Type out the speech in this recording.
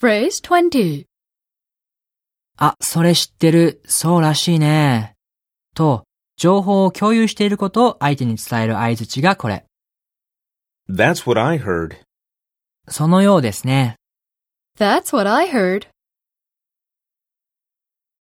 Phrase 20. あ、それ知ってる、そうらしいね。と、情報を共有していることを相手に伝える合図値がこれ。 That's what I heard. そのようですね。 That's what I heard.